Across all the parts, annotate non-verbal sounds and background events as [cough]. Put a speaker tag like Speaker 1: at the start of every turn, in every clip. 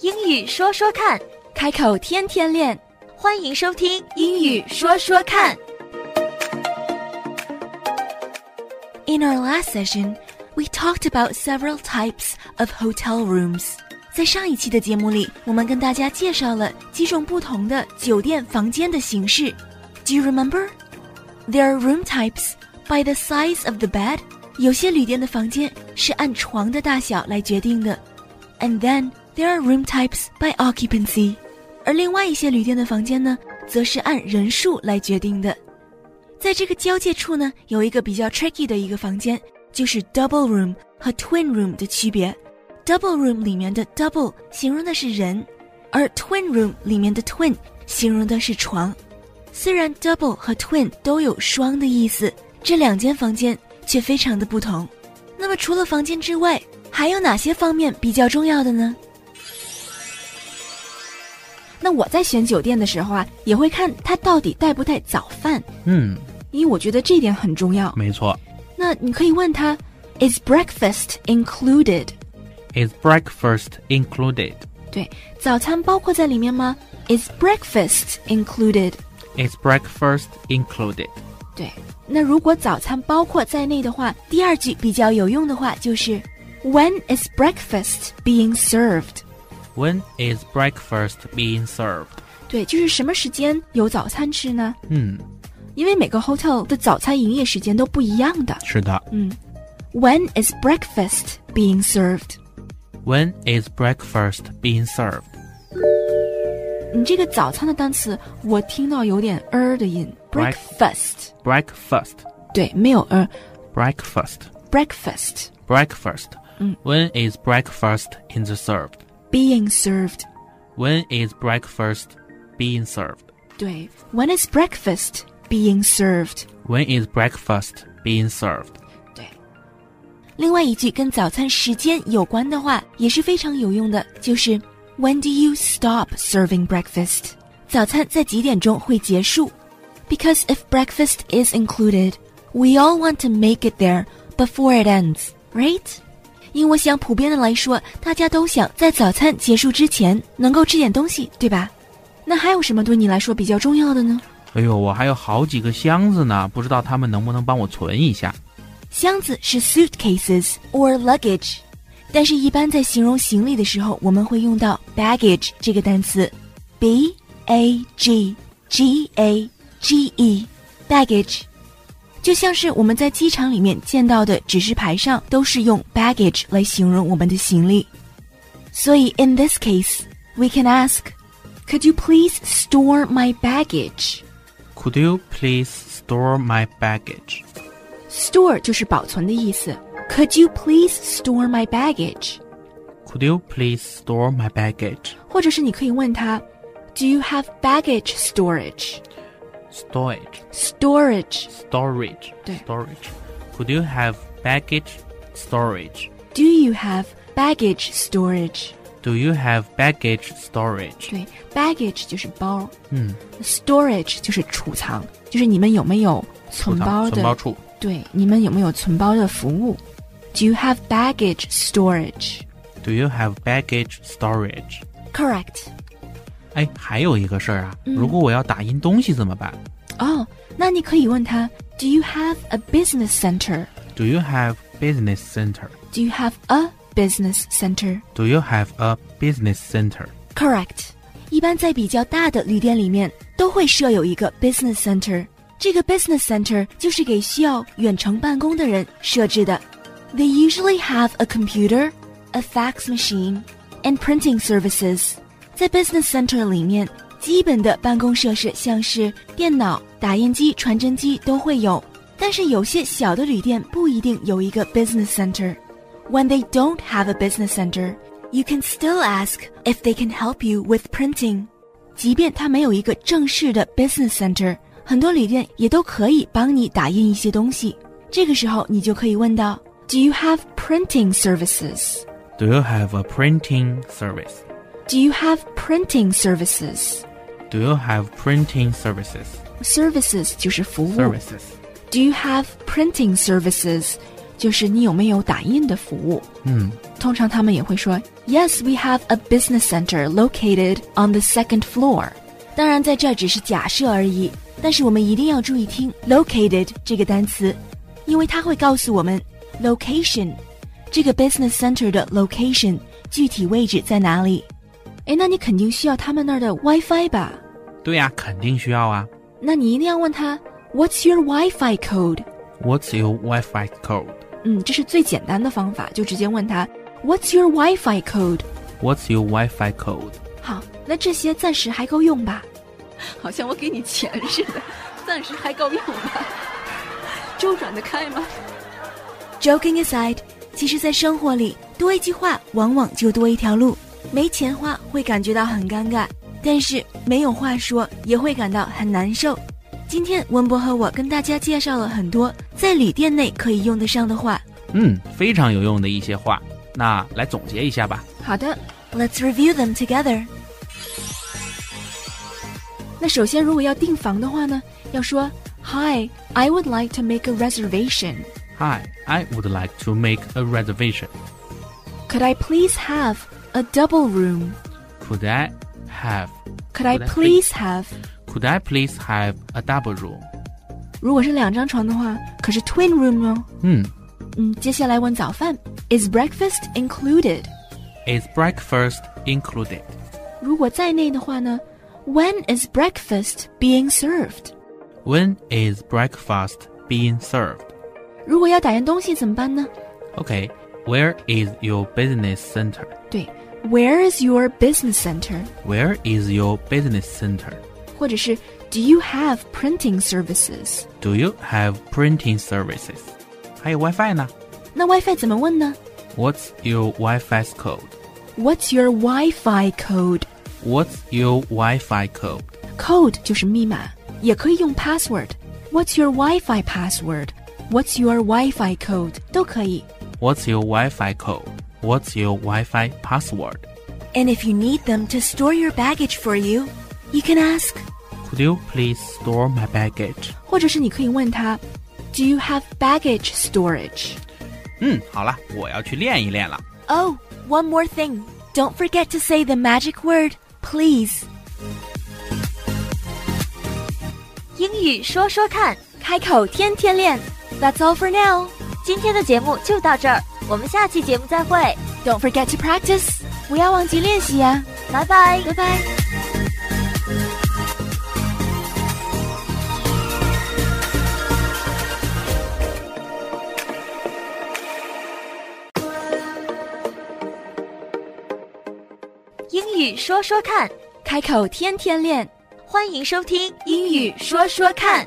Speaker 1: 英语说说看，
Speaker 2: 开口天天练，
Speaker 1: 欢迎收听《英语说说看》。
Speaker 2: In our last session, we talked about several types of hotel rooms. 在上一期的节目里，我们跟大家介绍了几种不同的酒店房间的形式。Do you remember? There are room types by the size of the bed. 有些旅店的房间是按床的大小来决定的。And then there are room types by occupancy. 而另外一些旅店的房间呢，则是按人数来决定的。在这个交界处呢，有一个比较 tricky 的一个房间，就是 double room 和 twin room 的区别。double room 里面的 double 形容的是人，而 twin room 里面的 twin 形容的是床。虽然 double 和 twin 都有双的意思，这两间房间却非常的不同。那么除了房间之外，还有哪些方面比较重要的呢？
Speaker 3: 那我在选酒店的时候啊，也会看它到底带不带早饭，
Speaker 4: 嗯，
Speaker 3: 因为我觉得这一点很重要。
Speaker 4: Hmm, 没错
Speaker 3: 那你可以问他，Is breakfast included？
Speaker 4: ，Is breakfast included?
Speaker 3: 对，早餐包括在里面吗？Is breakfast included？
Speaker 4: Is breakfast included?
Speaker 3: 对，那如果早餐包括在内的话，
Speaker 2: 第二句比较有用的话就是
Speaker 3: When is breakfast being served？
Speaker 4: When is breakfast being served? Hmm,
Speaker 3: 对，就是什么时间有早餐吃呢？
Speaker 4: 嗯，
Speaker 3: 因为每个 hotel 的早餐营业时间都不一样的。
Speaker 4: 是的。
Speaker 3: 嗯，When is breakfast being served？
Speaker 4: When is breakfast being served?
Speaker 3: 你这个早餐的单词，我听到有点 er 的音。
Speaker 4: Break-
Speaker 3: breakfast，
Speaker 4: Breakfast,
Speaker 3: 对，没有 er。
Speaker 4: breakfast,
Speaker 3: breakfast
Speaker 4: breakfast.
Speaker 3: 嗯
Speaker 4: When is breakfast in the served?
Speaker 3: being served，
Speaker 4: When is breakfast being served?
Speaker 3: 对，When is breakfast being served？
Speaker 4: When is breakfast being served?
Speaker 3: 对，
Speaker 2: 另外一句跟早餐时间有关的话也是非常有用的，就是
Speaker 3: When do you stop serving breakfast？
Speaker 2: 早餐在几点钟会结束。
Speaker 3: Because if breakfast is included, we all want to make it there before it ends, right?
Speaker 2: 因为我想普遍的来说，大家都想在早餐结束之前能够吃点东西，对吧？
Speaker 3: 那还有什么对你来说比较重要的呢？
Speaker 4: 哎呦，我还有好几个箱子呢，不知道他们能不能帮我存一下。
Speaker 2: 箱子是 suitcases or luggage，但是一般在形容行李的时候，我们会用到 baggage 这个单词，b a g g a g e baggage，就像是我们在机场里面见到的指示牌上都是用 baggage 来形容我们的行李，所以 in this case we can ask。
Speaker 3: Could you please store my baggage?
Speaker 4: Could you please store my baggage?
Speaker 3: Store 就是保存的意思。Could you please store my baggage?
Speaker 4: Could you please store my baggage?
Speaker 3: 或者是你可以问他，Do you have baggage storage?
Speaker 4: Storage,
Speaker 3: Storage.
Speaker 4: storage,
Speaker 3: 对
Speaker 4: storage. Could you have baggage storage?
Speaker 3: Do you have baggage storage?
Speaker 4: Do you have baggage storage?
Speaker 3: 对，baggage 就是包
Speaker 4: 嗯，
Speaker 3: ，storage 就是储藏，就是你们有没有存包
Speaker 4: 存
Speaker 3: 的
Speaker 4: 包处。
Speaker 3: 对，你们有没有存包的服务？Do you have baggage storage?
Speaker 4: Do you have baggage storage?
Speaker 3: Correct.
Speaker 4: 哎，还有一个事儿啊，如果我要打印东西怎么办
Speaker 3: 哦，那你可以问他，Do you have a business center?
Speaker 4: ？Do you have business center?
Speaker 3: Do you have a business center?
Speaker 4: Do you have a business center?
Speaker 3: Correct.
Speaker 2: 一般在比较大的旅店里面都会设有一个 business center。这个 business center 就是给需要远程办公的人设置的。They usually have a computer, a fax machine, and printing services。在 business center 里面，基本的办公设施像是电脑、打印机、传真机都会有，但是有些小的旅店不一定有一个 business center。When they don't have a business center, you can still ask if they can help you with printing. 即便它没有一个正式的 business center，很多旅店也都可以帮你打印一些东西。这个时候，你就可以问到
Speaker 3: Do you have printing services?
Speaker 4: Do you have a printing service?
Speaker 3: Do you have printing services?
Speaker 4: Do you have printing services?
Speaker 3: Services 就是服务。
Speaker 4: Services.
Speaker 3: Do you have printing services? 就是你有没有打印的服务。
Speaker 4: 嗯，
Speaker 2: 通常他们也会说 Yes, we have a business center located on the second floor。当然，在这儿只是假设而已，但是我们一定要注意听 located 这个单词，因为它会告诉我们 location 这个 business center 的 location 具体位置在哪里。哎，那你肯定需要他们那儿的 WiFi 吧？
Speaker 4: 对呀、肯定需要啊。
Speaker 2: 那你一定要问他 What's your WiFi code？
Speaker 4: What's your Wi-Fi code?
Speaker 2: 嗯，这是最简单的方法，就直接问他 What's your WiFi code？
Speaker 4: What's your Wi-Fi code?
Speaker 2: 好，那这些暂时还够用吧？好像我给你钱似的， [laughs] 暂时还够用吧？ [laughs] 周转得开吗？
Speaker 5: Joking aside，其实，在生活里多一句话，往往就多一条路。没钱花会感觉到很尴尬，但是没有话说也会感到很难受。今天文博和我跟大家介绍了很多在旅店内可以用得上的话。
Speaker 4: 嗯，Hmm. 非常有用的一些话。那来总结一下吧。
Speaker 2: 好的，
Speaker 5: Let's review them together。
Speaker 2: 那首先如果要订房的话呢，要说 Hi, I would like to make a reservation.
Speaker 4: Hi, I would like to make a reservation.
Speaker 2: Could I please have a double room?
Speaker 4: Could I have?
Speaker 2: Could I
Speaker 4: Could I
Speaker 2: please have?
Speaker 4: Could I please have a double room?
Speaker 2: 如果是两张床的话，可是 twin room 哦。
Speaker 4: 嗯
Speaker 2: 嗯，接下来问早饭，Is breakfast included？
Speaker 4: ，Is breakfast included?
Speaker 2: 如果在内的话呢，When is breakfast being served？
Speaker 4: When is breakfast being served?
Speaker 2: 如果要打印东西怎么办呢？
Speaker 4: Okay, where is your business center?
Speaker 2: 对，Where is your business center？
Speaker 4: Where is your business center?
Speaker 2: 或者是 Do you have printing services？
Speaker 4: Do you have printing services? 还有 WiFi 呢
Speaker 2: 那 WiFi 怎么问呢
Speaker 4: ？What's your Wi-Fi code?
Speaker 2: ？What's your Wi-Fi code？Code
Speaker 4: What's your Wi-Fi code?
Speaker 2: 就是密码，也可以用 password。What's your Wi-Fi password？What's your Wi-Fi code？都可以。
Speaker 4: What's your Wi-Fi code? What's your Wi-Fi password?
Speaker 5: And if you need them to store your baggage for you, you can ask.
Speaker 4: Could you please store my baggage?
Speaker 2: 或者是你可以问他，Do you have baggage storage？
Speaker 4: 嗯，好了，我要去练一练了。
Speaker 5: Oh, one more thing. Don't forget to say the magic word, please.
Speaker 1: 英语说说看。
Speaker 5: 开口天天练。That's all for now.
Speaker 1: 今天的节目就到这儿，我们下期节目再会，
Speaker 5: Don't forget to practice. 不要忘记练习呀、
Speaker 1: 拜拜。
Speaker 5: 拜拜。
Speaker 1: 英语说说看，
Speaker 2: 开口天天练。
Speaker 1: 欢迎收听《英语说说看》。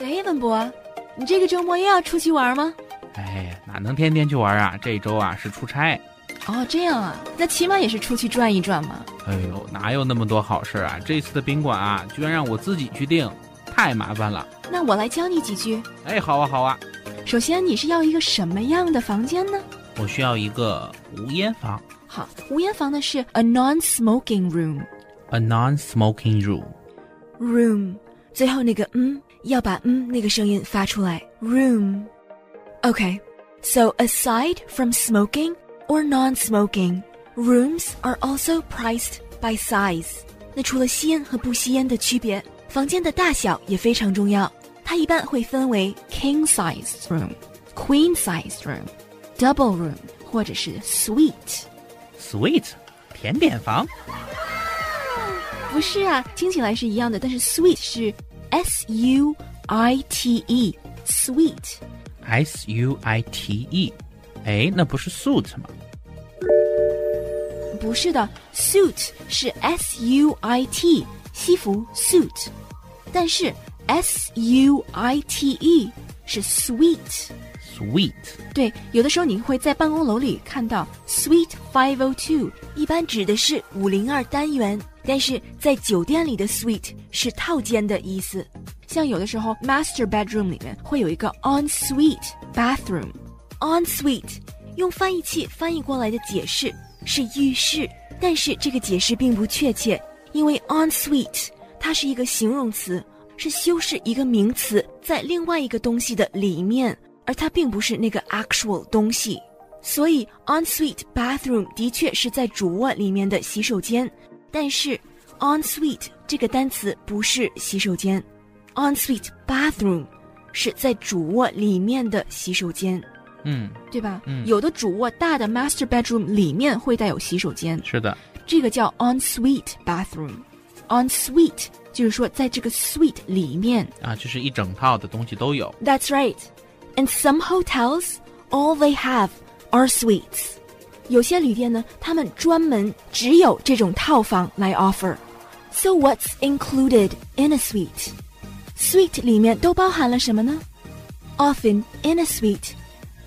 Speaker 2: 哎，文博，你这个周末又要出去玩吗？
Speaker 4: 哎，哪能天天去玩啊？这周啊是出差。
Speaker 2: 哦，这样啊，那起码也是出去转一转嘛。
Speaker 4: 哎呦，哪有那么多好事啊？这次的宾馆啊，居然让我自己去订，太麻烦了。
Speaker 2: 那我来教你几句。
Speaker 4: 哎，好啊，好啊，
Speaker 2: 首先，你是要一个什么样的房间呢？
Speaker 4: 我需要一个无烟房
Speaker 2: 好，无烟房呢是 a non-smoking room。
Speaker 4: ，a non-smoking room。
Speaker 5: Room，最后那个嗯要把嗯那个声音发出来。Room。Okay, so aside from smoking or non-smoking, rooms are also priced by size. 那除了吸烟和不吸烟的区别，房间的大小也非常重要。它一般会分为
Speaker 2: king sized room、queen sized room、double room，或者是 suite。
Speaker 4: Sweet，甜点房。
Speaker 2: 不是啊，听起来是一样的，但是 suite 是 s u i t e suite。
Speaker 4: S U I T E，哎，那不是 suit 吗？
Speaker 2: 不是的，suit 是 s u i t 西服 suit，但是 s u i t e 是 suite。
Speaker 4: Sweet，
Speaker 2: 对，有的时候你会在办公楼里看到 suite five o two。
Speaker 5: oh 一般指的是五零二单元，但是在酒店里的 suite 是套间的意思。
Speaker 2: 像有的时候 master bedroom 里面会有一个 en suite bathroom。
Speaker 5: on suite，用翻译器翻译过来的解释是浴室，但是这个解释并不确切，因为 on suite 它是一个形容词，是修饰一个名词在另外一个东西的里面，
Speaker 2: 而它并不是那个 actual 东西。所以 ensuite bathroom 的确是在主卧里面的洗手间，但是 ensuite 这个单词不是洗手间，ensuite bathroom 是在主卧里面的洗手间，
Speaker 4: 嗯，
Speaker 2: 对吧？
Speaker 4: 嗯
Speaker 2: 有的主卧大的 master bedroom 里面会带有洗手间，
Speaker 4: 是的，
Speaker 2: 这个叫 ensuite bathroom。ensuite 就是说在这个 suite 里面。
Speaker 4: 啊，就是一整套的东西都有。
Speaker 2: That's right. And some hotels, all they have are suites. 有些旅店呢，他们专门只有这种套房来 offer. So what's included in a suite? Suite 里面都包含了什么呢？Often in a suite,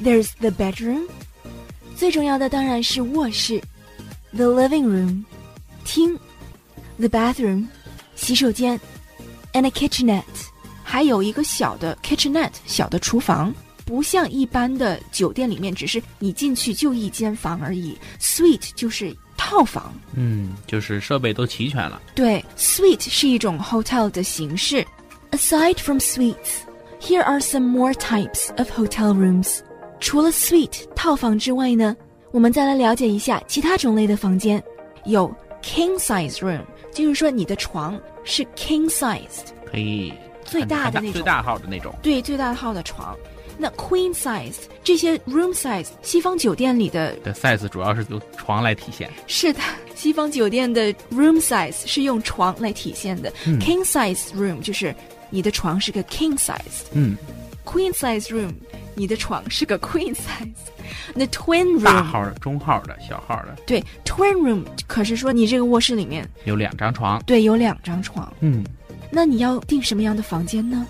Speaker 2: there's the bedroom. 最重要的当然是卧室，the living room，厅，the bathroom，洗手间，and a kitchenette。还有一个小的 kitchenette 小的厨房，不像一般的酒店里面只是你进去就一间房而已，suite 就是套房。
Speaker 4: 嗯，就是设备都齐全了。
Speaker 2: 对，suite 是一种 hotel 的形式。Aside from suites, here are some more types of hotel rooms. 除了 suite 套房之外呢，我们再来了解一下其他种类的房间。有 king size room，就是说你的床是 king sized，
Speaker 4: 可以
Speaker 2: 最
Speaker 4: 很
Speaker 2: 大的
Speaker 4: 很
Speaker 2: 那种
Speaker 4: 最大号的那种。
Speaker 2: 对最大号的床。那 queen size 这些 room size，西方酒店里的
Speaker 4: 的 size 主要是由床来体现。
Speaker 2: 是的，西方酒店的 room size 是用床来体现的。
Speaker 4: 嗯
Speaker 2: king size room 就是你的床是个 king size，queen
Speaker 4: 嗯，
Speaker 2: size room 你的床是个 queen size。那 twin
Speaker 4: 大
Speaker 2: room
Speaker 4: 号的、中号的、小号的，
Speaker 2: 对 twin room 可是说你这个卧室里面
Speaker 4: 有两张床。
Speaker 2: 对有两张床，
Speaker 4: 嗯，
Speaker 2: 那你要订什么样的房间呢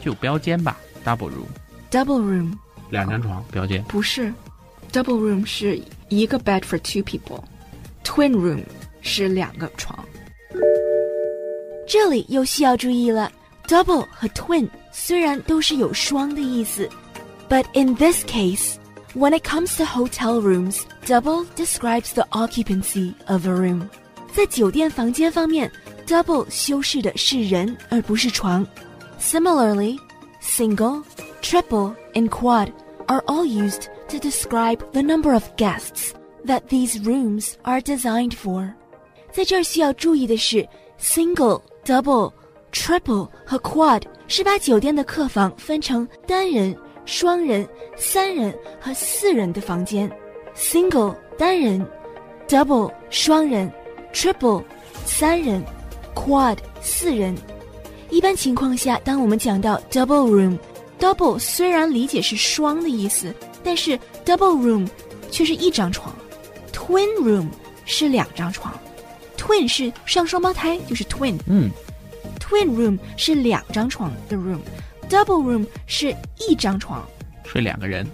Speaker 4: 就标间吧，double room，
Speaker 2: ？double room
Speaker 4: 两张床标间。
Speaker 2: 不是，double room 是一个 bed for two people，twin room 是两个床。这里又需要注意了，double 和 twin 虽然都是有双的意思，but in this case。When it comes to hotel rooms, double describes the occupancy of a room. 在酒店房间方面，double 修饰的是人而不是床。Similarly, single, triple, and quad are all used to describe the number of guests that these rooms are designed for. 在这儿需要注意的是，single、double、triple 和 quad 是把酒店的客房分成单人、双人、三人和四人的房间。single 单人，double 双人，triple 三人，quad 四人。一般情况下，当我们讲到 double room，double 虽然理解是双的意思，但是 double room 却是一张床，twin room 是两张床，twin 是上双胞胎就是 twin，
Speaker 4: 嗯
Speaker 2: twin room 是两张床的 room，double room 是一张床。
Speaker 4: 睡两个人。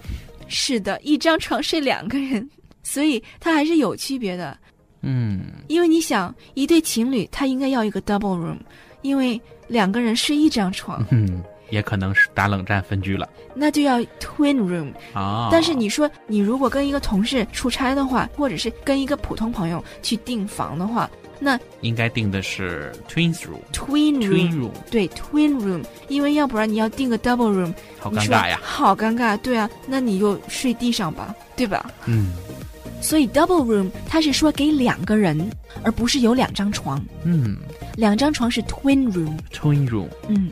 Speaker 2: 是的，一张床睡两个人， [laughs] 所以它还是有区别的。
Speaker 4: 嗯，
Speaker 2: 因为你想，一对情侣他应该要一个 double room，因为两个人睡一张床，
Speaker 4: 嗯，也可能是打冷战分居了
Speaker 2: 那就要 twin room。
Speaker 4: 啊。
Speaker 2: 但是你说，你如果跟一个同事出差的话，或者是跟一个普通朋友去订房的话，那
Speaker 4: 应该定的是 twins room，twin
Speaker 2: twin room
Speaker 4: room，
Speaker 2: 对 twin room，因为要不然你要订个 double room，
Speaker 4: 好
Speaker 2: 你
Speaker 4: 尴
Speaker 2: 说
Speaker 4: 尬呀。
Speaker 2: 好尴尬，对啊，那你就睡地上吧，对吧？
Speaker 4: 嗯
Speaker 2: 所以 double room 它是说给两个人，而不是有两张床，
Speaker 4: 嗯
Speaker 2: 两张床是 twin room。
Speaker 4: ，twin room，
Speaker 2: 嗯。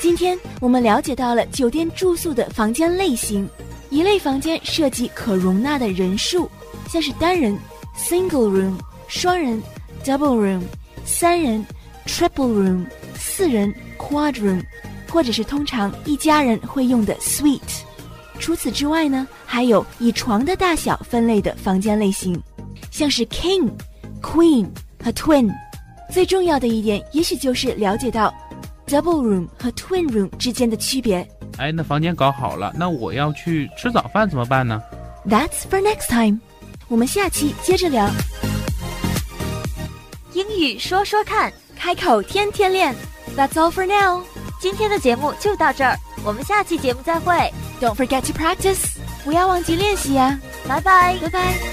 Speaker 2: 今天我们了解到了酒店住宿的房间类型，一类房间涉及可容纳的人数，像是单人 （single room）、双人 （double room）、三人 （triple room）、四人 （quad room），或者是通常一家人会用的 suite。除此之外呢，还有以床的大小分类的房间类型，像是 king、queen 和 twin。最重要的一点，也许就是了解到 double room 和 twin room 之间的区别。
Speaker 4: 哎，那房间搞好了，那我要去吃早饭怎么办呢？
Speaker 2: That's for next time，我们下期接着聊，
Speaker 1: 英语说说看，
Speaker 2: 开口天天练。That's all for now.
Speaker 1: 今天的节目就到这儿，我们下期节目再会，
Speaker 2: Don't forget to practice，不要忘记练习呀、
Speaker 1: 拜拜。
Speaker 2: 拜拜。